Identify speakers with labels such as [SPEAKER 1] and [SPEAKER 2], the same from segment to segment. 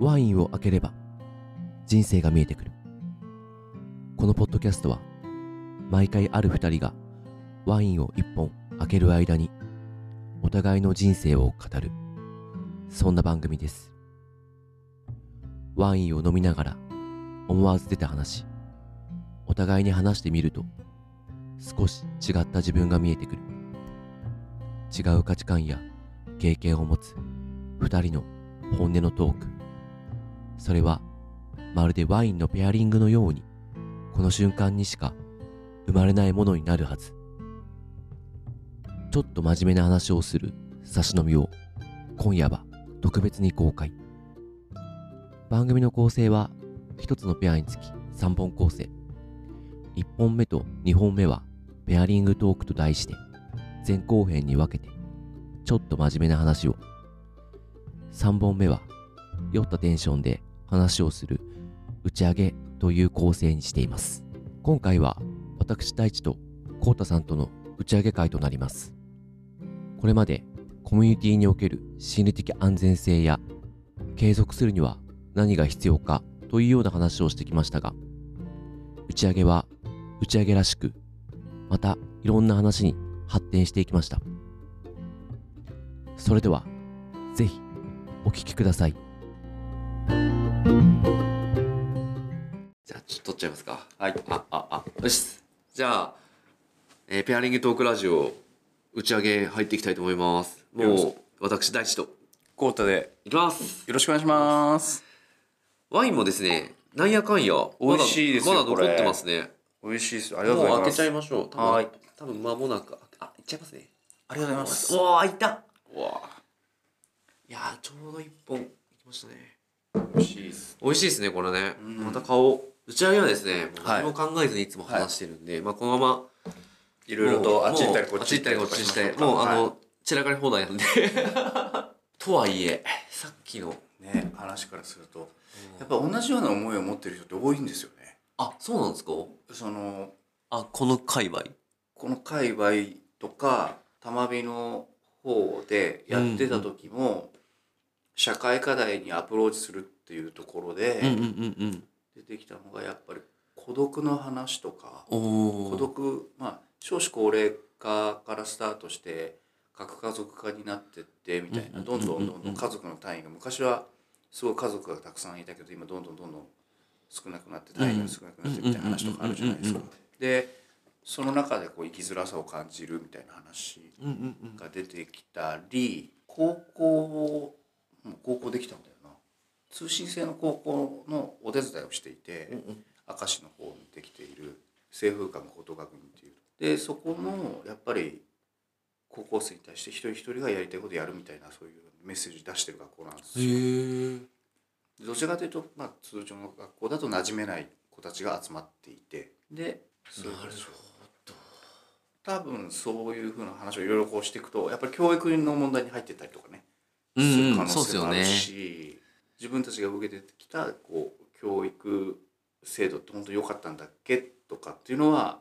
[SPEAKER 1] ワインを開ければ人生が見えてくるこのポッドキャストは毎回ある2人がワインを1本開ける間にお互いの人生を語るそんな番組ですワインを飲みながら思わず出た話お互いに話してみると少し違った自分が見えてくる違う価値観や経験を持つ2人の本音のトークそれはまるでワインのペアリングのようにこの瞬間にしか生まれないものになるはずちょっと真面目な話をする差し飲みを今夜は特別に公開番組の構成は1つのペアにつき3本構成1本目と2本目はペアリングトークと題して前後編に分けてちょっと真面目な話を3本目は酔ったテンションで話をする打ち上げという構成にしています今回は私太一とコウタさんとの打ち上げ会となりますこれまでコミュニティにおける心理的安全性や継続するには何が必要かというような話をしてきましたが打ち上げは打ち上げらしくまたいろんな話に発展していきましたそれではぜひお聞きくださいじゃあちょっと取っちゃいますか
[SPEAKER 2] はい。
[SPEAKER 1] あああよしじゃあ、えーペアリングトークラジオ打ち上げ入っていきたいと思います
[SPEAKER 2] よろ
[SPEAKER 1] も
[SPEAKER 2] し
[SPEAKER 1] う私大地と
[SPEAKER 2] コータで、
[SPEAKER 1] いきます
[SPEAKER 2] よろしくお願いします。
[SPEAKER 1] ワインもですねなんやかんや
[SPEAKER 2] 美味しいですよ
[SPEAKER 1] まだまだ
[SPEAKER 2] これ
[SPEAKER 1] 残ってますね
[SPEAKER 2] 美味しいです。ありがとうご
[SPEAKER 1] もう
[SPEAKER 2] ざ
[SPEAKER 1] 開け
[SPEAKER 2] いま
[SPEAKER 1] ちゃい
[SPEAKER 2] す。
[SPEAKER 1] ましょう多分
[SPEAKER 2] はい
[SPEAKER 1] 多分間もなくあいっちゃいますね
[SPEAKER 2] ありがとうございまわ
[SPEAKER 1] おお開いた
[SPEAKER 2] あ、
[SPEAKER 1] いやーちょうど一本いきましたね
[SPEAKER 2] 美味しいです。
[SPEAKER 1] 美味しいですねこれね、
[SPEAKER 2] ん
[SPEAKER 1] また顔打ち上げはですねもう
[SPEAKER 2] はい
[SPEAKER 1] 何も考えずにいつも話してるんで、まあこのまま
[SPEAKER 2] い
[SPEAKER 1] い
[SPEAKER 2] ろいろとあっち行ったりこっ
[SPEAKER 1] あっ
[SPEAKER 2] ち
[SPEAKER 1] ち
[SPEAKER 2] 行
[SPEAKER 1] 行っ
[SPEAKER 2] ったたり
[SPEAKER 1] りこっち行ったり
[SPEAKER 2] とか
[SPEAKER 1] もうあ
[SPEAKER 2] はい
[SPEAKER 1] の散らかり放題なんで とはいえさっきの
[SPEAKER 2] ね、話からすると、やっぱ同じような思いを持ってる人って多いんですよね。
[SPEAKER 1] あそうなんですか
[SPEAKER 2] その、
[SPEAKER 1] あこの界隈
[SPEAKER 2] この界隈とか、玉美の方でやってた時も、社会課題にアプローチするっていうところで、
[SPEAKER 1] うんうんうん
[SPEAKER 2] 出てきたのがやっぱり孤独の話とか、
[SPEAKER 1] うんお
[SPEAKER 2] 孤
[SPEAKER 1] お
[SPEAKER 2] 独まあ少子高齢化からスタートして核家族化になってってみたいな
[SPEAKER 1] うん
[SPEAKER 2] どんどんど
[SPEAKER 1] うん
[SPEAKER 2] ん
[SPEAKER 1] うんう
[SPEAKER 2] ど
[SPEAKER 1] ん
[SPEAKER 2] ん家族の単位が昔はすごい家族がたくさんいたけど今どんどんどんどん少なくなって単位が少なくなってみたいな話とかあるじゃないですか
[SPEAKER 1] うんうん。
[SPEAKER 2] でその中でこう生きづらさを感じるみたいな話
[SPEAKER 1] うんうんうん
[SPEAKER 2] が出てきたり高校もう高校できたんだよな通信制の高校のお手伝いをしていて、明石の方にできている清風館高等学院っていうでそこのやっぱり高校生に対して一人一人がやりたいことやるみたいなそういうメッセージ出してる学校なんですよ
[SPEAKER 1] へえ
[SPEAKER 2] どちらかというと、まあ、通常の学校だと馴染めない子たちが集まっていてでそういう
[SPEAKER 1] なるほど
[SPEAKER 2] 多分そういうふうな話をいろいろこうしていくとやっぱり教育の問題に入ってったりとかね
[SPEAKER 1] う
[SPEAKER 2] する
[SPEAKER 1] んう
[SPEAKER 2] 可
[SPEAKER 1] ん
[SPEAKER 2] 能
[SPEAKER 1] そうです
[SPEAKER 2] 性
[SPEAKER 1] よ
[SPEAKER 2] もある
[SPEAKER 1] ね
[SPEAKER 2] し、自分たちが受けてきたこう教育制度って本当に良かったんだっけとかっていうのは、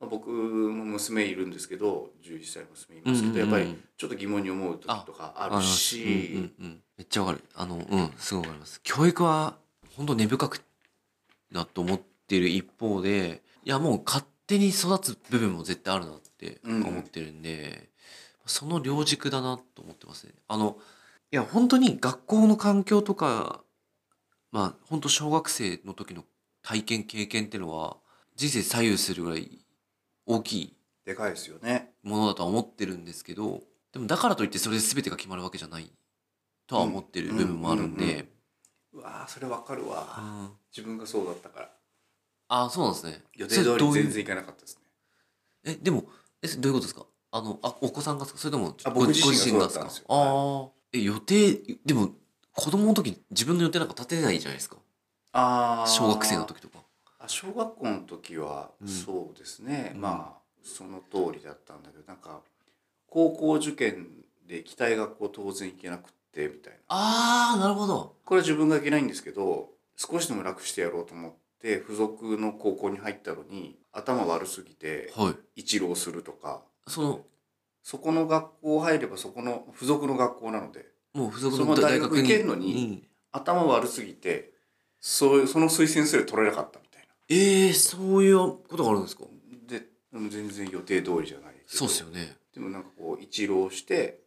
[SPEAKER 2] まあ僕も娘いるんですけど11歳の娘いますけど、
[SPEAKER 1] うんうんうん
[SPEAKER 2] やっぱりちょっと疑問に思う時とかあるし
[SPEAKER 1] うんうんうんめっちゃわかるあのうんすごいわかります教育は本当根深くだと思ってる一方でいやもう勝手に育つ部分も絶対あるなって
[SPEAKER 2] うん
[SPEAKER 1] 思ってるんで、その両軸だなと思ってますねあのいや本当に学校の環境とかまあ本当小学生の時の体験経験っていうのは人生左右するぐらい大きい
[SPEAKER 2] でかいですよね。
[SPEAKER 1] ものだとは思ってるんですけどでもだからといってそれで全てが決まるわけじゃないとは思ってる部分もあるん
[SPEAKER 2] うんうんうん
[SPEAKER 1] で
[SPEAKER 2] うわあそれわかるわ、
[SPEAKER 1] あ
[SPEAKER 2] 自分がそうだったから
[SPEAKER 1] あーそうなんですね
[SPEAKER 2] 予定通
[SPEAKER 1] それ
[SPEAKER 2] り
[SPEAKER 1] どういう
[SPEAKER 2] 全然いかなかったですね。
[SPEAKER 1] えでもえそれどういうことですかあのあお子さんがですかそれとも
[SPEAKER 2] あ
[SPEAKER 1] ご
[SPEAKER 2] 僕自身が
[SPEAKER 1] ご
[SPEAKER 2] そうだったんですよ
[SPEAKER 1] ああえ予定でも子供の時自分の予定なんか立てないじゃないですか
[SPEAKER 2] あー
[SPEAKER 1] 小学生の時とか
[SPEAKER 2] あ小学校の時は
[SPEAKER 1] うん
[SPEAKER 2] そうですね、
[SPEAKER 1] うん
[SPEAKER 2] まあその通りだったんだけどなんか高校受験で行きたい学校当然行けなくってみたいな
[SPEAKER 1] ああなるほど
[SPEAKER 2] これは自分が行けないんですけど少しでも楽してやろうと思って付属の高校に入ったのに頭悪すぎて
[SPEAKER 1] はい
[SPEAKER 2] 一浪するとか
[SPEAKER 1] その
[SPEAKER 2] そこの学校入ればそこの付属の学校なので
[SPEAKER 1] もう付属
[SPEAKER 2] その
[SPEAKER 1] の
[SPEAKER 2] 大学行けるの
[SPEAKER 1] うん
[SPEAKER 2] に頭悪すぎてそういうその推薦すら取れなかったみたいな
[SPEAKER 1] ええそういうことがあるんですか
[SPEAKER 2] でうん全然予定通りじゃないけど
[SPEAKER 1] そうっすよね。
[SPEAKER 2] でもなんかこう一浪して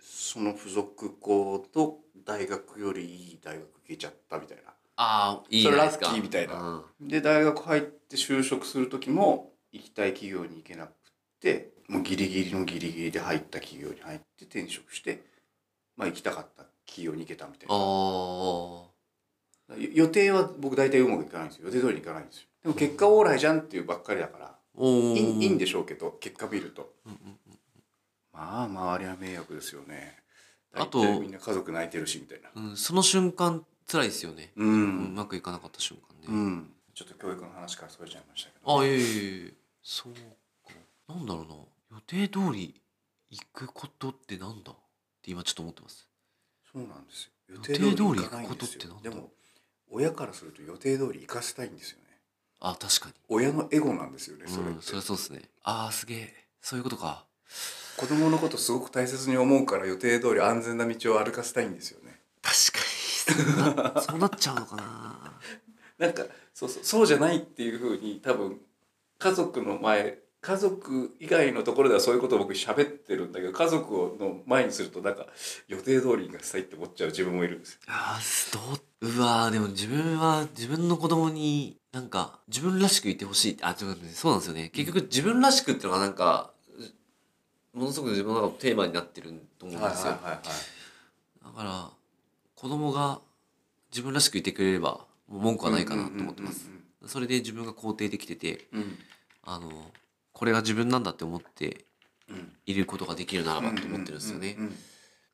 [SPEAKER 2] その付属校と大学よりいい大学行けちゃったみたいな
[SPEAKER 1] ああ、いいじ
[SPEAKER 2] そ
[SPEAKER 1] ゃ
[SPEAKER 2] れ
[SPEAKER 1] ないですか。
[SPEAKER 2] ラッキーみたいな
[SPEAKER 1] うん
[SPEAKER 2] で大学入って就職する時も行きたい企業に行けなくってもうギリギリのギリギリで入った企業に入って転職して、まあ、行きたかった企業に行けたみたい
[SPEAKER 1] あ
[SPEAKER 2] な
[SPEAKER 1] あ。
[SPEAKER 2] よ予定は僕大体うまくいかないんですよ予定通りにいかないんですよでも結果オーライじゃんっていうばっかりだから
[SPEAKER 1] おお。
[SPEAKER 2] いいいいん
[SPEAKER 1] で。
[SPEAKER 2] でしょうけど結果見るとまあ周りは迷惑ですよね
[SPEAKER 1] あ
[SPEAKER 2] あ
[SPEAKER 1] と
[SPEAKER 2] とみんな家族泣いてるしみたいな
[SPEAKER 1] うん、その瞬間辛いですよね。
[SPEAKER 2] う
[SPEAKER 1] うんんうまくいかなかった瞬間ね。
[SPEAKER 2] うん、ちょっと教育の話からそれちゃいましたけど
[SPEAKER 1] あ、いえいえいえ。そうか。なんだろうな。予定通り行くことってなんだって今ちょっと思ってます。
[SPEAKER 2] そうなんですよ予
[SPEAKER 1] 定通
[SPEAKER 2] 定通
[SPEAKER 1] り
[SPEAKER 2] り
[SPEAKER 1] 行
[SPEAKER 2] 行
[SPEAKER 1] か
[SPEAKER 2] か
[SPEAKER 1] な
[SPEAKER 2] ないい
[SPEAKER 1] ん
[SPEAKER 2] ん
[SPEAKER 1] で
[SPEAKER 2] ですす
[SPEAKER 1] よ
[SPEAKER 2] よでも親からすると予定通り行かせたいんですよね
[SPEAKER 1] あ、確かに。
[SPEAKER 2] 親のエゴなんですよねそれっ
[SPEAKER 1] うん、
[SPEAKER 2] て、
[SPEAKER 1] そりゃそうですね。ああ、すげえ。そういうことか。
[SPEAKER 2] 子供のことすごく大切に思うから予定通り安全な道を歩かせたいんですよね
[SPEAKER 1] 確かに。そう なそうなっちゃうのかな。
[SPEAKER 2] なんかそうそうそうじゃないっていうふうに多分家族の前家族以外のところではそういうことを僕喋ってるんだけど家族の前にするとなんか予定通りに行かせたいって思っちゃう自分もいるんですよ
[SPEAKER 1] ああ、すどう、うわーでも自分は自分の子供になんか自分らしくいてほしい。あ、ちょっと待ってそうなんですよね。結局自分らしくっていうのがなんか、ものすごく自分の中のテーマになってると思うんですよ。
[SPEAKER 2] はいはい
[SPEAKER 1] だから、子供が自分らしくいてくれれば、もう文句はないかなと思ってます。それで自分が肯定できてて、
[SPEAKER 2] うんうん
[SPEAKER 1] あの、これが自分なんだって思って
[SPEAKER 2] うん
[SPEAKER 1] いることができるなら
[SPEAKER 2] うん
[SPEAKER 1] ばと思ってるんですよね
[SPEAKER 2] う。んうんうん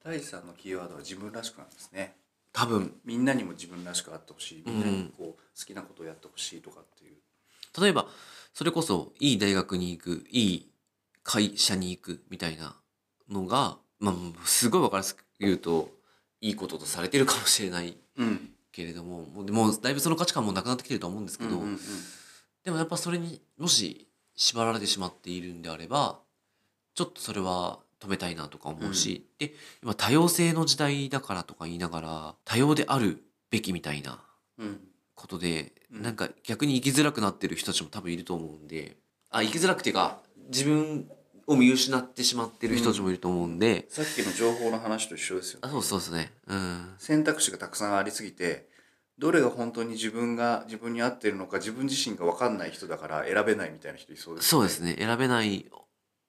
[SPEAKER 2] 第3のキーワードは自分らしくなんですね
[SPEAKER 1] 多分、
[SPEAKER 2] みんなにも自分らしくあってほしいみんなにこう好きなことをやってほしいとかっていう
[SPEAKER 1] 例えば、それこそいい大学に行く、いい会社に行くみたいなのが、まあ、すごいわかりやすく言うと、いいこととされてるかもしれない
[SPEAKER 2] うん
[SPEAKER 1] けれども、もうでもうだいぶその価値観もなくなってきてると思うんですけ
[SPEAKER 2] け
[SPEAKER 1] ど、
[SPEAKER 2] ど
[SPEAKER 1] でもやっぱそれにもし縛られてしまっているんであればちょっとそれは止めたいなとか思うし、で今多様性の時代だからとか言いながら多様であるべきみたいな
[SPEAKER 2] うん
[SPEAKER 1] ことで、
[SPEAKER 2] うん
[SPEAKER 1] なんか逆に生きづらくなってる人たちも多分いると思うんであ生きづらくていうか自分を見失ってしまってる人たちもいると思うんで、
[SPEAKER 2] さっきの情報の話と一緒ですよ
[SPEAKER 1] あ
[SPEAKER 2] ね
[SPEAKER 1] そうそうですねうん
[SPEAKER 2] 選択肢がたくさんありすぎてどれが本当に自分が自分に合ってるのか自分自身が分かんない人だから選べないみたいな人いそうです
[SPEAKER 1] そうですね選べない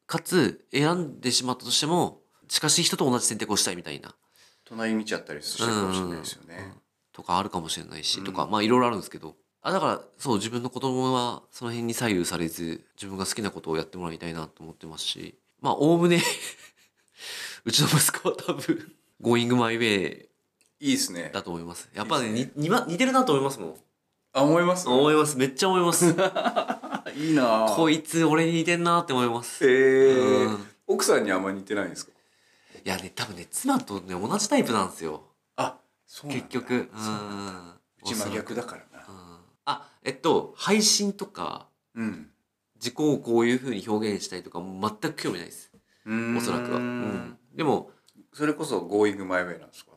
[SPEAKER 1] かつ選んでしまったとしても近しい人と同じ選択をしたいみたいな
[SPEAKER 2] 隣見ちゃったりしてるかもしれないですよね
[SPEAKER 1] とかあるかもしれないし、
[SPEAKER 2] うん
[SPEAKER 1] とかまあいろいろあるんですけどあだからそう自分の子供はその辺に左右されず自分が好きなことをやってもらいたいなと思ってますしまあおおむね うちの息子は多分 Going my way
[SPEAKER 2] いいですね
[SPEAKER 1] だと思いますやっぱね
[SPEAKER 2] いいですね
[SPEAKER 1] に似ま似てるなと思いますもん
[SPEAKER 2] あ思います
[SPEAKER 1] 思いますめっちゃ思います
[SPEAKER 2] いいな
[SPEAKER 1] こいつ俺に似てんなって思いますい
[SPEAKER 2] えー
[SPEAKER 1] うん
[SPEAKER 2] 奥さんにあんまり似てないんですか
[SPEAKER 1] やね多分ね妻とね同じタイプなんですよ
[SPEAKER 2] あそうなんだ
[SPEAKER 1] 結局う
[SPEAKER 2] そうんうち真逆だからな
[SPEAKER 1] うんあえっと配信とか
[SPEAKER 2] うん
[SPEAKER 1] 自己をこういうふうに表現したいとかも全く興味ないです
[SPEAKER 2] うーん
[SPEAKER 1] おそらくは、うんでも
[SPEAKER 2] それこそ「Going My Way」なんですか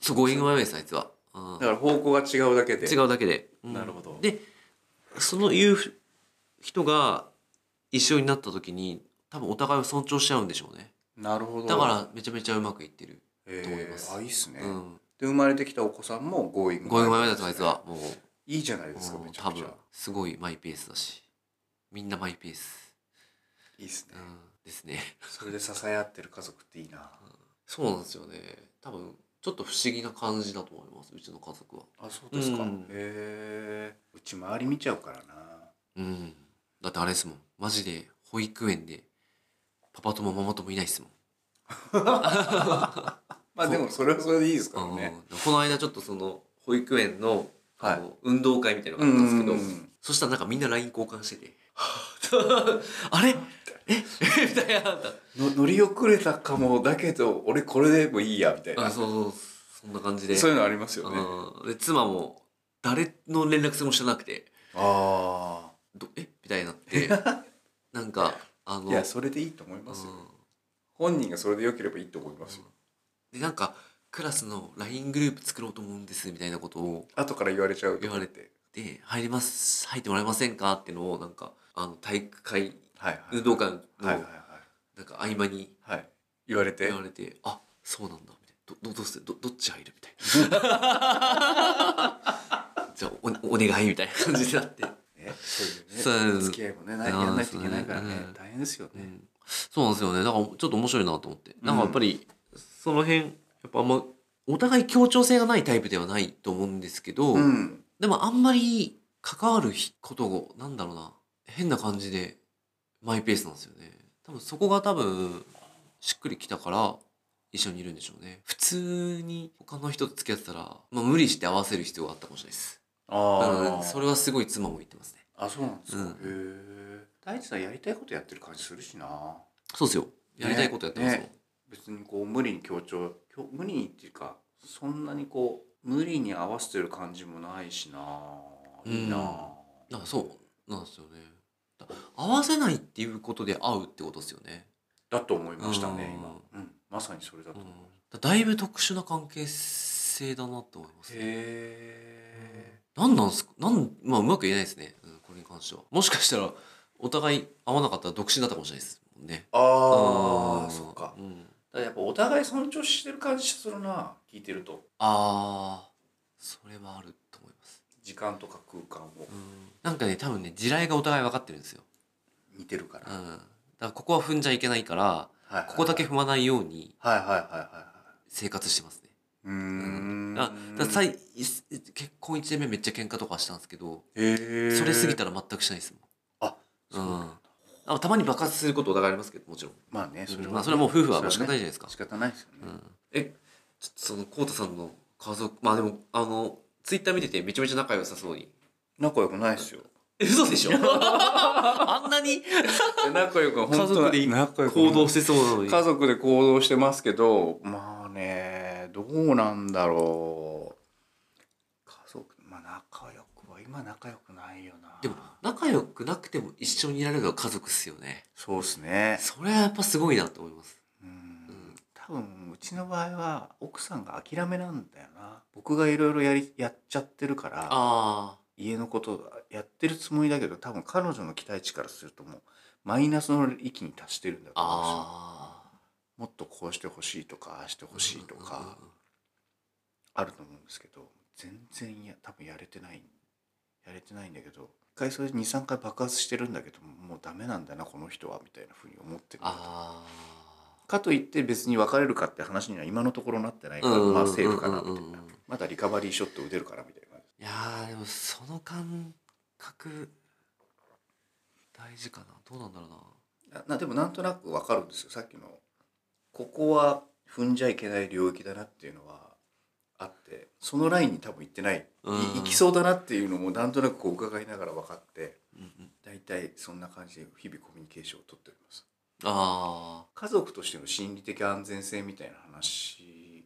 [SPEAKER 1] そうゴーイングマイウェイですあいつは、う
[SPEAKER 2] だ
[SPEAKER 1] ん
[SPEAKER 2] から方向が違うだけで
[SPEAKER 1] 違
[SPEAKER 2] う
[SPEAKER 1] うだけで、うん
[SPEAKER 2] なるほど
[SPEAKER 1] でそのいう人が一緒になった時に多分お互いを尊重し合うんでしょうね
[SPEAKER 2] なるほど
[SPEAKER 1] だからめちゃめちゃうまくいってる、
[SPEAKER 2] え
[SPEAKER 1] と思います
[SPEAKER 2] ー、あいいっすね、
[SPEAKER 1] うん、
[SPEAKER 2] で生まれてきたお子さんも「Going
[SPEAKER 1] ゴーイングマイウェイだとあいつはもう
[SPEAKER 2] いいじゃないですか
[SPEAKER 1] うん
[SPEAKER 2] めちゃ
[SPEAKER 1] 多
[SPEAKER 2] くち
[SPEAKER 1] 分
[SPEAKER 2] ゃ
[SPEAKER 1] すごいマイペースだしみんなマイペース、
[SPEAKER 2] いいっす
[SPEAKER 1] う
[SPEAKER 2] ね
[SPEAKER 1] ん、ですね
[SPEAKER 2] それで支え合ってる家族っていいな
[SPEAKER 1] そうなんですよね多分ちょっと不思議な感じだと思いますうちの家族は
[SPEAKER 2] あそうですか、
[SPEAKER 1] うん
[SPEAKER 2] へえうち周り見ちゃうからな
[SPEAKER 1] うん。だってあれですもん。マジで保育園でパパともママともいないですもん。
[SPEAKER 2] まあでもそれはそれでいいですからね
[SPEAKER 1] うんこの間ちょっとその保育園の,、
[SPEAKER 2] はい
[SPEAKER 1] あの運動会みたいなの
[SPEAKER 2] う
[SPEAKER 1] があ
[SPEAKER 2] ん
[SPEAKER 1] っ
[SPEAKER 2] う
[SPEAKER 1] たん
[SPEAKER 2] ん
[SPEAKER 1] ですけど、
[SPEAKER 2] うん
[SPEAKER 1] そしたらなんかみんな LINE 交換 してて。あれえみたいな。あんた
[SPEAKER 2] の乗り遅れたかもだけど俺これでもいいやみたいな
[SPEAKER 1] あそうそう。そんな感じで。
[SPEAKER 2] そういうのありますよね
[SPEAKER 1] うんで妻も誰の連絡先もしてなくて、
[SPEAKER 2] あ
[SPEAKER 1] どえみたいになっ て。なんか、あ
[SPEAKER 2] あ
[SPEAKER 1] の。
[SPEAKER 2] いやそれでいいと思いますよ、
[SPEAKER 1] うん
[SPEAKER 2] 本人がそれで良ければいいと思いますよ、
[SPEAKER 1] でなんかクラスの LINE グループ作ろうと思うんですみたいなことを
[SPEAKER 2] 後から言われちゃう
[SPEAKER 1] 言われ
[SPEAKER 2] て
[SPEAKER 1] で入ります入ってもらえませんかっていうのをなんかあの体育会
[SPEAKER 2] はいはい
[SPEAKER 1] 運動会の
[SPEAKER 2] はい
[SPEAKER 1] な
[SPEAKER 2] は
[SPEAKER 1] ん
[SPEAKER 2] い
[SPEAKER 1] か合間に
[SPEAKER 2] はいはい言われて
[SPEAKER 1] 言われてあそうなんだみたいなどどどうするどどっち入るみたい なじゃあおお願いみたいな感じになって、
[SPEAKER 2] ねそう
[SPEAKER 1] そう
[SPEAKER 2] いうね付き合いもねなや
[SPEAKER 1] うん
[SPEAKER 2] んないといけないからね
[SPEAKER 1] うん
[SPEAKER 2] 大変ですよ
[SPEAKER 1] う
[SPEAKER 2] ね
[SPEAKER 1] ん、そうなんですよねだからちょっと面白いなと思ってなんかやっぱりその辺やっぱあんまお互い協調性がないタイプではないと思うんですけど、
[SPEAKER 2] うん
[SPEAKER 1] でもあんまり関わることをなんだろうな変な感じでマイペースなんですよね多分そこが多分しっくりきたから一緒にいるんでしょうね普通に他の人と付き合ってたら、まあ、無理して合わせる必要があったかもしれないですだか
[SPEAKER 2] あ
[SPEAKER 1] ら
[SPEAKER 2] あ
[SPEAKER 1] それはすごい妻も言ってますね
[SPEAKER 2] あそうなんですか、
[SPEAKER 1] うん
[SPEAKER 2] へえ大地さんやりたいことやってる感じするしな
[SPEAKER 1] そうですよやりたいことやってますもん、
[SPEAKER 2] ね別にこう無理に強調強無理にっていうかそんなにこう無理に合わせてる感じもないしないいな、
[SPEAKER 1] だからそうなんですよねだ合わせないっていうことで合うってことですよね
[SPEAKER 2] だと思いましたね
[SPEAKER 1] うん
[SPEAKER 2] 今、うん、まさにそれだと思う、
[SPEAKER 1] だだいぶ特殊な関係性だなと思います
[SPEAKER 2] へ
[SPEAKER 1] ね
[SPEAKER 2] え
[SPEAKER 1] なんなんすかなん、まあ、うまく言えないですね、うん、これに関してはもしかしたらお互い合わなかったら独身だったかもしれないですもんね
[SPEAKER 2] あ
[SPEAKER 1] う
[SPEAKER 2] あ
[SPEAKER 1] ん
[SPEAKER 2] そっかだか
[SPEAKER 1] うん、
[SPEAKER 2] らやっぱお互い尊重してる感じするな聞いてると
[SPEAKER 1] ああそれはあると思います、
[SPEAKER 2] 時間とか空間を
[SPEAKER 1] うん、なんかね多分ね地雷がお互い分かってるんですよ、
[SPEAKER 2] 似てるか
[SPEAKER 1] うん、だ
[SPEAKER 2] ら、
[SPEAKER 1] からここは踏んじゃいけないから
[SPEAKER 2] はいはい
[SPEAKER 1] ここだけ踏まないように
[SPEAKER 2] はいはいはいはいはい
[SPEAKER 1] 生活してますね
[SPEAKER 2] うーん
[SPEAKER 1] あだからさい結婚1年目めっちゃ喧嘩とかしたんですけど
[SPEAKER 2] へえ
[SPEAKER 1] それ過ぎたら全くしないですもん
[SPEAKER 2] あ
[SPEAKER 1] うんあたまに爆発することお互いありますけどもちろん
[SPEAKER 2] まあね
[SPEAKER 1] それ,、
[SPEAKER 2] は
[SPEAKER 1] まあ、それはもう夫婦はもう仕
[SPEAKER 2] そ
[SPEAKER 1] 方
[SPEAKER 2] れ
[SPEAKER 1] ないじゃない
[SPEAKER 2] ね
[SPEAKER 1] ですか
[SPEAKER 2] 仕方ないですよね、
[SPEAKER 1] うんえちょっとそのコウタさんの家族まあでもあのツイッター見ててめちゃめちゃ仲良さそうに
[SPEAKER 2] 仲良くないですよ
[SPEAKER 1] え嘘 でしょあんなに
[SPEAKER 2] 仲良くは本当
[SPEAKER 1] 家族で
[SPEAKER 2] 仲良くない
[SPEAKER 1] 行動してそうなのに
[SPEAKER 2] 家族で行動してますけどまあねどうなんだろう家族まあ仲良くは今仲良くないよな
[SPEAKER 1] でも仲良くなくても一緒にいられるのは家族っすよね
[SPEAKER 2] そうですね
[SPEAKER 1] それはやっぱすごいなと思います
[SPEAKER 2] うん多分うちの場合は奥さんが諦めなんだよな僕がいろいろやりやっちゃってるから
[SPEAKER 1] あ
[SPEAKER 2] 家のことやってるつもりだけど多分彼女の期待値からするともうマイナスの域に達してるんだ
[SPEAKER 1] あ
[SPEAKER 2] と思うんですよ
[SPEAKER 1] あ
[SPEAKER 2] もっとこうしてほしいとかああしてほ
[SPEAKER 1] 欲
[SPEAKER 2] しいとかあると思うんですけど全然や多分やれてないやれてないんだけど一回それ23回爆発してるんだけどもうダメなんだなこの人はみたいなふうに思ってる
[SPEAKER 1] あ
[SPEAKER 2] かといって別に別れるかって話には今のところなってない
[SPEAKER 1] あ
[SPEAKER 2] からまあセーフかなみたいな
[SPEAKER 1] な
[SPEAKER 2] まだリカバリーショット打てるからみたいない
[SPEAKER 1] やーでもその感覚大事かなどうなんだろうな
[SPEAKER 2] ななでもなんとなくわかるんですよさっきのここは踏んじゃいけない領域だなっていうのはあってそのラインに多分行ってない、い
[SPEAKER 1] うん
[SPEAKER 2] 行きそうだなっていうのもなんとなくこう伺いながら分かって
[SPEAKER 1] うんうん
[SPEAKER 2] 大体そんな感じで日々コミュニケーションをとっております
[SPEAKER 1] あ
[SPEAKER 2] 家族としての心理的安全性みたいな話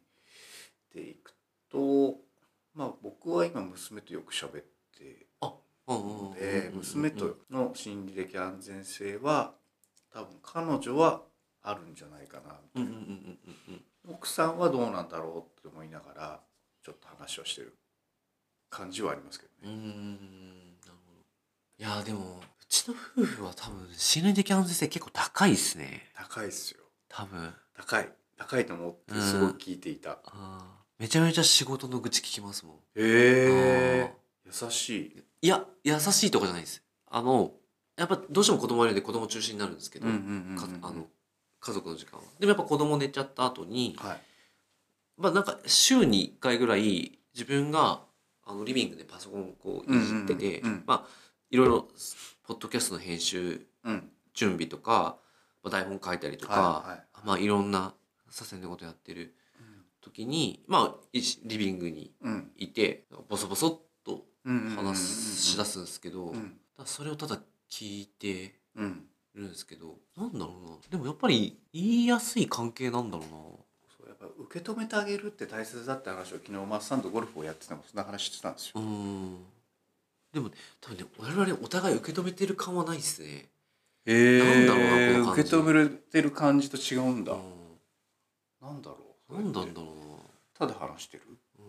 [SPEAKER 2] でいくとまあ僕は今娘とよく喋って
[SPEAKER 1] あ、うんうんうんうん
[SPEAKER 2] で娘との心理的安全性は多分彼女はあるんじゃないかな
[SPEAKER 1] うんうんうんうんうん
[SPEAKER 2] 奥さんはどうなんだろうって思いながらちょっと話をしてる感じはありますけ
[SPEAKER 1] う
[SPEAKER 2] ど
[SPEAKER 1] んう
[SPEAKER 2] ね、
[SPEAKER 1] んなるほどいやーでもうちの夫婦は多分心理的安全性結構高いですね
[SPEAKER 2] 高いっすよ
[SPEAKER 1] 多分
[SPEAKER 2] 高い高いと思ってすごい聞いていた、
[SPEAKER 1] あーめちゃめちゃ仕事の愚痴聞きますもん
[SPEAKER 2] へえ優しい、
[SPEAKER 1] いや優しいとかじゃないですあのやっぱどうしても子供がいるんで子供中心になるんですけど、かあの家族の時間はでもやっぱ子供寝ちゃった後に、
[SPEAKER 2] はい
[SPEAKER 1] まあなんか週に1回ぐらい自分があのリビングでパソコンをこういじってて、
[SPEAKER 2] うんうんうんうん
[SPEAKER 1] まあいろいろポッドキャストの編集
[SPEAKER 2] うん
[SPEAKER 1] 準備とか、まあ、台本書いたりとか、
[SPEAKER 2] はいはい
[SPEAKER 1] まあいろんな些細なことやってる時にまあいしリビングに
[SPEAKER 2] うん
[SPEAKER 1] いてボソボソっと
[SPEAKER 2] うん
[SPEAKER 1] 話し出すんですけど、
[SPEAKER 2] う
[SPEAKER 1] だか
[SPEAKER 2] ん
[SPEAKER 1] らそれをただ聞いて
[SPEAKER 2] うん
[SPEAKER 1] るんですけどなんだろうなでもやっぱり言いやすい関係なんだろうな
[SPEAKER 2] そうやっぱ受け止めてあげるって大切だって話を昨日マッサンドゴルフをやっててもそんな話してたんですよ
[SPEAKER 1] うーんでもね多分ね我々お互い受け止めてる感はないですね
[SPEAKER 2] へ
[SPEAKER 1] なんだろうなこの感じ
[SPEAKER 2] 受け止めてる感じと違うんだ、
[SPEAKER 1] う
[SPEAKER 2] なんだろうん
[SPEAKER 1] なんだろうな
[SPEAKER 2] ただ話してる
[SPEAKER 1] うん、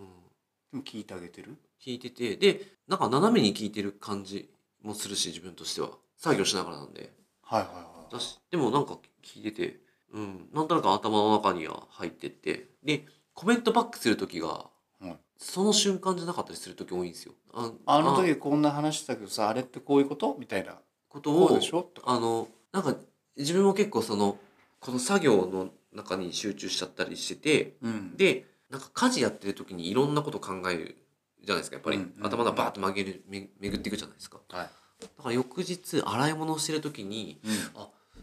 [SPEAKER 2] でも聞いてあげてる
[SPEAKER 1] 聞いててでなんか斜めに聞いてる感じもするし自分としては作業しながらなんで
[SPEAKER 2] はいはいはい
[SPEAKER 1] だしでもなんか聞いてて、うん、なんとなく頭の中には入ってってでコメントバックする時が、
[SPEAKER 2] うん
[SPEAKER 1] その瞬間じゃなかったりする時多いんですよ。あ
[SPEAKER 2] あの時こんな話してたけどさあれってこういうことみたいな
[SPEAKER 1] こと
[SPEAKER 2] こう
[SPEAKER 1] を
[SPEAKER 2] でしょとか
[SPEAKER 1] あのなんか自分も結構そのこの作業の中に集中しちゃったりしてて
[SPEAKER 2] うん
[SPEAKER 1] でなんか家事やってる時にいろんなこと考えるじゃないですかやっぱり、
[SPEAKER 2] うんうん
[SPEAKER 1] 頭がバーッと曲げるめ巡っていくじゃないですか
[SPEAKER 2] はい
[SPEAKER 1] だから翌日洗い物をしてる時に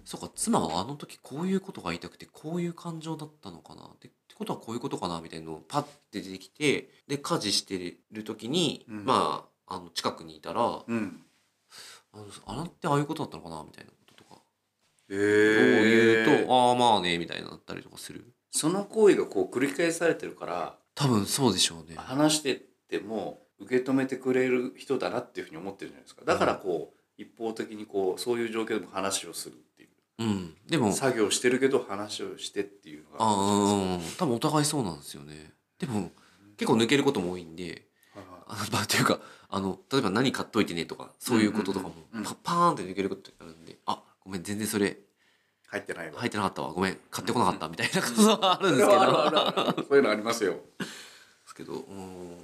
[SPEAKER 1] そうか妻はあの時こういうことが言いたくてこういう感情だったのかなってってことはこういうことかなみたいなのをパッて出てきてで家事してる時に、
[SPEAKER 2] うん
[SPEAKER 1] まああの近くにいたらあ
[SPEAKER 2] うん、うん、
[SPEAKER 1] のあれってああいうことだったのかなみたいなこととか
[SPEAKER 2] え
[SPEAKER 1] を言う
[SPEAKER 2] ー
[SPEAKER 1] と、ああまあねみたいになったりとかする
[SPEAKER 2] その行為がこう繰り返されてるから
[SPEAKER 1] 多分そうでしょうね
[SPEAKER 2] 話してっても受け止めてくれる人だなっていうふうに思ってるじゃないですかだからこう、一方的にこうそういう状況でも話をするっていう、
[SPEAKER 1] うんでも
[SPEAKER 2] 作業してるけど話をしてっていうのが
[SPEAKER 1] ああうん多分お互いそうなんですよねでも結構抜けることも多いんで
[SPEAKER 2] はいはい
[SPEAKER 1] あ まあというかあの例えば何買っといてねとかそういうこととかも
[SPEAKER 2] うんうんうんうん
[SPEAKER 1] パパーンって抜けることがあるんであごめん全然それ
[SPEAKER 2] 入ってないわ
[SPEAKER 1] 入ってなかったわごめん買ってこなかったみたいなことはあるんで
[SPEAKER 2] それ
[SPEAKER 1] すけど
[SPEAKER 2] はあるあるある そういうのありますよ
[SPEAKER 1] ですけどうん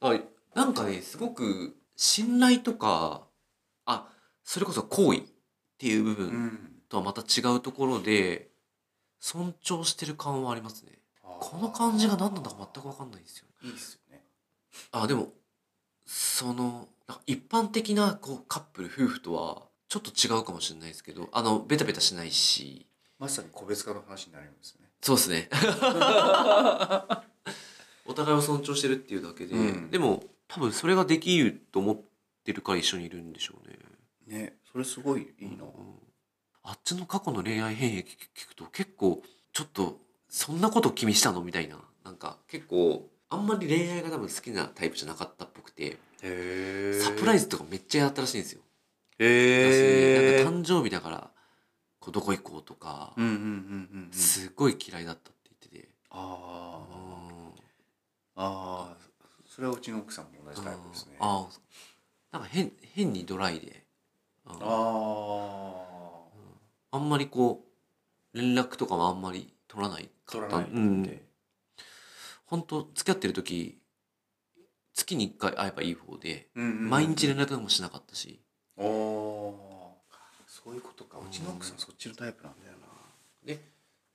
[SPEAKER 1] あなんかねすごく信頼とかあそれこそ好意っていう部
[SPEAKER 2] う
[SPEAKER 1] 分
[SPEAKER 2] ん
[SPEAKER 1] とはまた違うところで尊重してる感はありますねこの感じが何なんだか全く分かんないんですよ
[SPEAKER 2] いいっすよね
[SPEAKER 1] あでもそのなんか一般的なこうカップル夫婦とはちょっと違うかもしれないですけどあのベタベタしないし
[SPEAKER 2] まさに個別化の話になりますね
[SPEAKER 1] そうです ねお互いを尊重してるっていうだけで、
[SPEAKER 2] うん
[SPEAKER 1] でも多分それができると思ってるから一緒にいるんでしょうね
[SPEAKER 2] ねそれすごいいいな、
[SPEAKER 1] うんあっちの過去の恋愛変異聞くと結構ちょっとそんなこと気にしたのみたいななんか結構あんまり恋愛が多分好きなタイプじゃなかったっぽくて
[SPEAKER 2] へ
[SPEAKER 1] サプライ
[SPEAKER 2] ズ
[SPEAKER 1] ズとかめっちゃやったらしいんですよ
[SPEAKER 2] へ
[SPEAKER 1] だ
[SPEAKER 2] え
[SPEAKER 1] しなんか誕生日だからこうどこ行こうとか、
[SPEAKER 2] うんうんうんうんうん
[SPEAKER 1] すごい嫌いだったって言ってて、
[SPEAKER 2] あ
[SPEAKER 1] う
[SPEAKER 2] あ、
[SPEAKER 1] ん
[SPEAKER 2] ああそれはうちの奥さんも同じタイプですねあ
[SPEAKER 1] あーなんか変変にドライで、うん
[SPEAKER 2] あー
[SPEAKER 1] あんまりこう連絡とかもあんまり取らないか
[SPEAKER 2] 取
[SPEAKER 1] っ
[SPEAKER 2] ら
[SPEAKER 1] た
[SPEAKER 2] ない
[SPEAKER 1] ほんと本当付き合ってる時月に1回会えばいい方で、
[SPEAKER 2] うんうんうん
[SPEAKER 1] 毎日連絡もしなかったし
[SPEAKER 2] おおーそういうことか
[SPEAKER 1] うん
[SPEAKER 2] うちの奥さんそっちのタイプなんだよな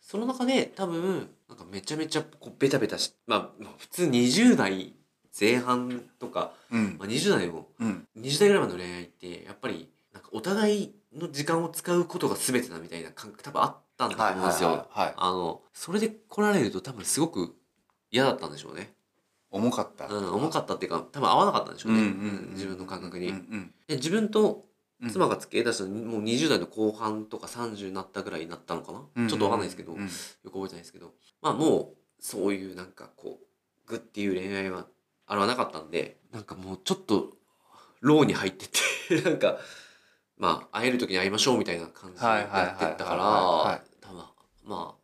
[SPEAKER 1] その中で多分なんかめちゃめちゃこうベタベタしまあまあ普通20代前半とか、
[SPEAKER 2] うん
[SPEAKER 1] まあ、20代も
[SPEAKER 2] うん
[SPEAKER 1] 20代ぐらいまでの恋愛ってやっぱりなんかお互いの時間を使うことが全てだみたいな感覚多分あったんだと思うんですよ、
[SPEAKER 2] はい
[SPEAKER 1] あのそれで来られると多分すごく嫌だったんでしょうね、
[SPEAKER 2] 重かった
[SPEAKER 1] うん、重か
[SPEAKER 2] っ
[SPEAKER 1] ったっていうか多分合わなかったんでしょ
[SPEAKER 2] う
[SPEAKER 1] うんね、
[SPEAKER 2] うん
[SPEAKER 1] うん
[SPEAKER 2] うん
[SPEAKER 1] 自分の感覚に、
[SPEAKER 2] うん
[SPEAKER 1] で自分と
[SPEAKER 2] うん
[SPEAKER 1] 妻が付き合いだしたのもう20代の後半とか30になったぐらいになったのかな、
[SPEAKER 2] うん
[SPEAKER 1] ちょっとわかんないですけど、
[SPEAKER 2] うん
[SPEAKER 1] よく覚えてないですけどまあもうそういうなんかこうグッていう恋愛はあれはなかったんでなんかもうちょっとローに入ってって なんかまあ会える時に会いましょうみたいな感じで
[SPEAKER 2] はいはいはい
[SPEAKER 1] やってったか
[SPEAKER 2] はいはい
[SPEAKER 1] ら多分まあ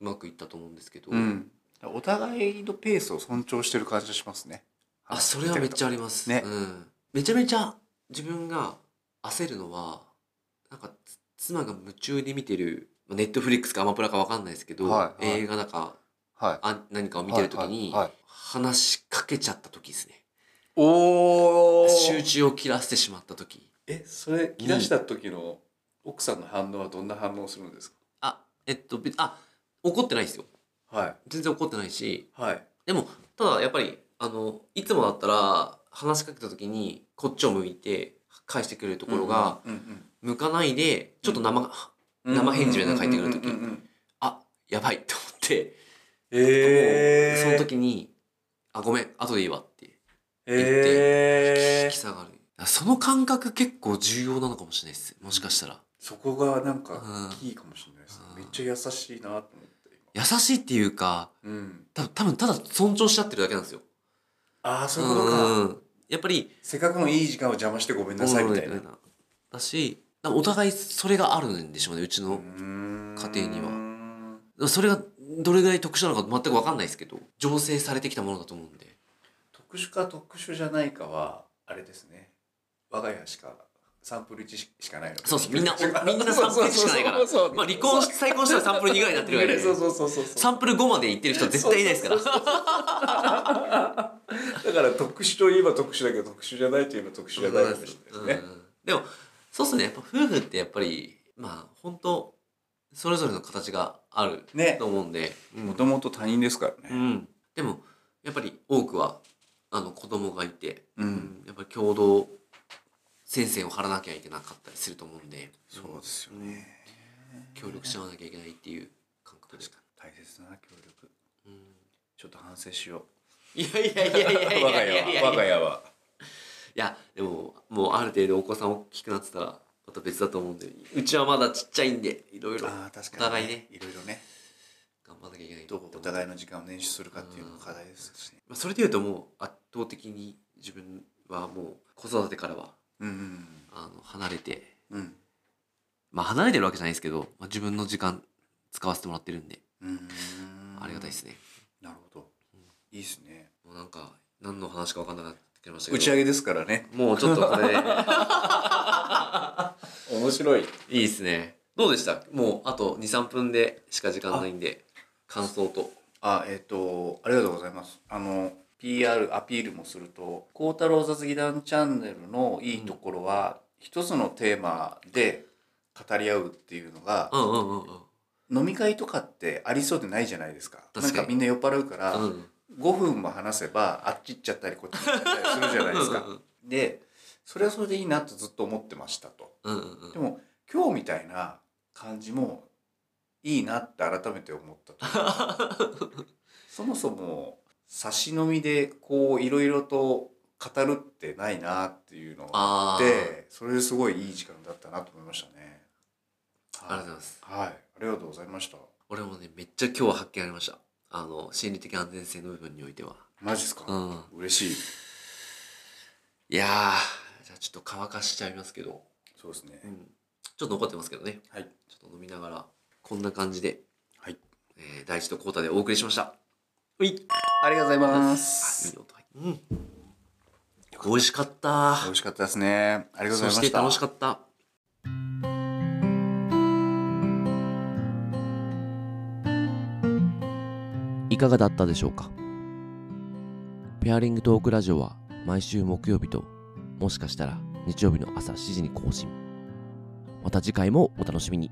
[SPEAKER 1] うまくいったと思うんですけど、
[SPEAKER 2] うんお互いのペースを尊重してる感じがしますね
[SPEAKER 1] あそれはめっちゃ
[SPEAKER 2] ゃ
[SPEAKER 1] あります、
[SPEAKER 2] ね
[SPEAKER 1] うん、めちゃめちゃ自分が焦るのはなんかつ妻が夢中に見てるネットフリックスかアマプラかわかんないですけど、
[SPEAKER 2] はいはい
[SPEAKER 1] 映画なんか
[SPEAKER 2] はい
[SPEAKER 1] あ何かを見てる時に
[SPEAKER 2] はいはいはい
[SPEAKER 1] 話しかけちゃった時ですね
[SPEAKER 2] おお
[SPEAKER 1] 集中を切らせてしまった時
[SPEAKER 2] えそれ切らした時の奥さんの反応はどんな反応をするんです
[SPEAKER 1] あえっとべあ怒ってないですよ
[SPEAKER 2] かはい
[SPEAKER 1] 全然怒ってないし
[SPEAKER 2] はい
[SPEAKER 1] でもただやっぱりあのいつもだったら話しかけた時にこっちを向いて返してくれるところが、
[SPEAKER 2] うんうん
[SPEAKER 1] 向かないでちょっと生、
[SPEAKER 2] うん
[SPEAKER 1] 生返事みたいなの書いてくる時
[SPEAKER 2] うんうんうんうん
[SPEAKER 1] あやばいと思って、
[SPEAKER 2] えー
[SPEAKER 1] その時に「あごめん後でいいわ」って言って
[SPEAKER 2] え
[SPEAKER 1] 引き
[SPEAKER 2] ー
[SPEAKER 1] 下がるその感覚結構重要なのかもしれないですもしかしたら
[SPEAKER 2] そこがなんか
[SPEAKER 1] うん
[SPEAKER 2] キーかもしれないですね
[SPEAKER 1] うん
[SPEAKER 2] めっちゃ優しいなと思って
[SPEAKER 1] 優しいっていうか
[SPEAKER 2] 今うん
[SPEAKER 1] 多分多分ただ尊重しちゃってるだけなんですよ
[SPEAKER 2] ああそういうことか
[SPEAKER 1] うんやっぱり
[SPEAKER 2] せっかくのいい時間を邪魔してごめんなさいみたいな
[SPEAKER 1] うんだしなんかお互いそれがあるんでしょうねうちの
[SPEAKER 2] うーん
[SPEAKER 1] 家庭に
[SPEAKER 2] は
[SPEAKER 1] それがどれぐらい特殊なのか全く分かんないですけど醸成されてきたものだと思うんで
[SPEAKER 2] 特殊か特殊じゃないかはあれですね我が家しかサンプル1しかないので
[SPEAKER 1] そうそうみんなおみんなサンプル1しかないから
[SPEAKER 2] そうそうそうそう
[SPEAKER 1] まあ離婚し再婚したらサンプル2ぐらいになってるわけで
[SPEAKER 2] そうそうそうそうそう
[SPEAKER 1] サンプル5までいってる人絶対いないですから
[SPEAKER 2] そうそうそうそうだから特殊といえば特殊だけど特殊じゃないといえば特殊じゃないかもしれないですね、
[SPEAKER 1] うんでもそうっすねやっぱ夫婦ってやっぱりまあ本当それぞれの形がある
[SPEAKER 2] ね
[SPEAKER 1] と思うんで、
[SPEAKER 2] もともと他人ですから
[SPEAKER 1] う
[SPEAKER 2] ね
[SPEAKER 1] ん、でもやっぱり多くはあの子供がいて、
[SPEAKER 2] うん
[SPEAKER 1] うんやっぱり共同戦線を張らなきゃいけなかったりすると思うんで
[SPEAKER 2] そうですよね
[SPEAKER 1] 協力し合わなきゃいけないっていう感覚で
[SPEAKER 2] 大切だな協力
[SPEAKER 1] うん
[SPEAKER 2] ちょっと反省しよ
[SPEAKER 1] いやいやいうやいやいやいやいやいや
[SPEAKER 2] 我が家は我が家はい
[SPEAKER 1] やでももうある程度お子さん大きくなってたらまた別だと思うんでうちはまだちっちゃいんでいろいろ
[SPEAKER 2] あー確かに、
[SPEAKER 1] お互いね
[SPEAKER 2] いろいろね
[SPEAKER 1] 頑張んなきゃいけないと
[SPEAKER 2] ど
[SPEAKER 1] 思
[SPEAKER 2] う
[SPEAKER 1] う
[SPEAKER 2] お互いの時間を捻出するかっていうのも課題ですしね
[SPEAKER 1] まあ、それでいうともう圧倒的に自分はもう子育てからは
[SPEAKER 2] うん
[SPEAKER 1] あの離れて
[SPEAKER 2] うんうん
[SPEAKER 1] まあ離れてるわけじゃないですけど、まあ、自分の時間使わせてもらってるんで
[SPEAKER 2] うん
[SPEAKER 1] ありがたいですね、
[SPEAKER 2] なるほどいいですね
[SPEAKER 1] もうなんか何の話か分かんなくなってきましたけ
[SPEAKER 2] 打
[SPEAKER 1] ど
[SPEAKER 2] ち上げですからね
[SPEAKER 1] もうちょっとこ れ
[SPEAKER 2] 面白い
[SPEAKER 1] いいですねどうでしたもうあと23分でしか時間ないんで感想と
[SPEAKER 2] あえっ、とありがとうございますあの PR アピールもすると「孝太郎雑技団チャンネル」のいいところは、一つのテーマで語り合うっていうのが、
[SPEAKER 1] うんうんうんうん
[SPEAKER 2] 飲み会とかってありそうでないじゃないですか
[SPEAKER 1] 確か
[SPEAKER 2] なん
[SPEAKER 1] に
[SPEAKER 2] かみんな酔っ払うから、
[SPEAKER 1] うん
[SPEAKER 2] 5分も話せばあっち行っちゃったりこっち行っちゃったりするじゃないですか
[SPEAKER 1] うんうん
[SPEAKER 2] でそれはそれでいいなとずっと思ってましたと
[SPEAKER 1] うんうんうん
[SPEAKER 2] でも今日みたいな感じもいいなって改めて思ったという かそもそも差し飲みでこういろいろと語るってないなっていうのがあ
[SPEAKER 1] あ
[SPEAKER 2] っ
[SPEAKER 1] ー
[SPEAKER 2] てそれですごいいい時間だったなと思いましたね
[SPEAKER 1] ありがとうござい
[SPEAKER 2] は
[SPEAKER 1] ます
[SPEAKER 2] い、はい、ありがとうございました
[SPEAKER 1] 俺もねめっちゃ今日は発見ありましたあの心理的安全性の部分においては
[SPEAKER 2] マジですか、
[SPEAKER 1] うん
[SPEAKER 2] 嬉しい
[SPEAKER 1] いやーじゃあちょっと乾かしちゃいますけど、
[SPEAKER 2] そうですね、
[SPEAKER 1] うんちょっと残ってますけどね
[SPEAKER 2] はい
[SPEAKER 1] ちょっと飲みながらこんな感じで、
[SPEAKER 2] はい
[SPEAKER 1] えー、大地とコータでお送りしましたうい
[SPEAKER 2] ありがとうございま
[SPEAKER 1] あい
[SPEAKER 2] す
[SPEAKER 1] い音入っうん美味しかった
[SPEAKER 2] 美味しかったですねありがとうございました
[SPEAKER 1] そして楽しかった
[SPEAKER 3] いかがだったでしょうかペアリングトークラジオは毎週木曜日ともしかしたら日曜日の朝7時に更新また次回もお楽しみに